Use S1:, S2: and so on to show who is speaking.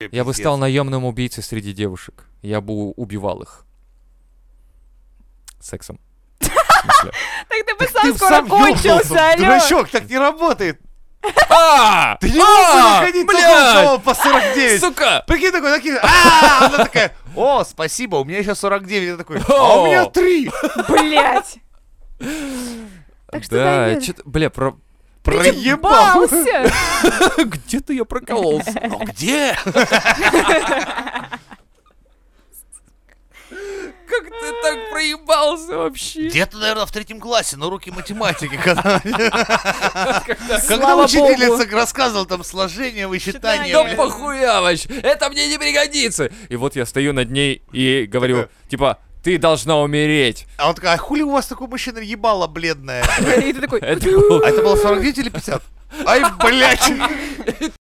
S1: Вообще
S2: Я бы
S1: пиздец.
S2: стал наемным убийцей среди девушек. Я бы убивал их. Сексом. В смысле.
S3: Так ты бы сам
S1: в
S3: скоро кончился,
S1: ёбнулся,
S3: алё.
S1: Дурачок, так не работает.
S2: А!
S1: Ты не
S2: А!
S1: мог выходить
S2: Блядь!
S1: такого слова по 49.
S2: Сука!
S1: Прикинь, такой, такие, а она такая, о, спасибо, у меня еще 49. Я такой, а у
S2: О. типа
S1: меня 3.
S3: Блять. Так что
S2: Да,
S3: дойдёт.
S2: чё-то, бля, про...
S1: Проебал.
S3: Бался.
S2: Где-то я прокололся.
S1: Ну где?
S2: Как ты так проебался вообще?
S1: Где-то, наверное, в третьем классе на уроке математики. Когда, когда
S3: Слава
S1: учительница рассказывала там сложение, вычитание.
S2: Да
S1: блядь.
S3: Блин.
S2: похуя вообще, это мне не пригодится. И вот я стою над ней и говорю, типа, ты должна умереть.
S1: А он такой, а хули у вас такой мужчина ебало бледное?
S3: И ты такой...
S2: Это было
S1: А это было 49 или 50? Ай, блядь.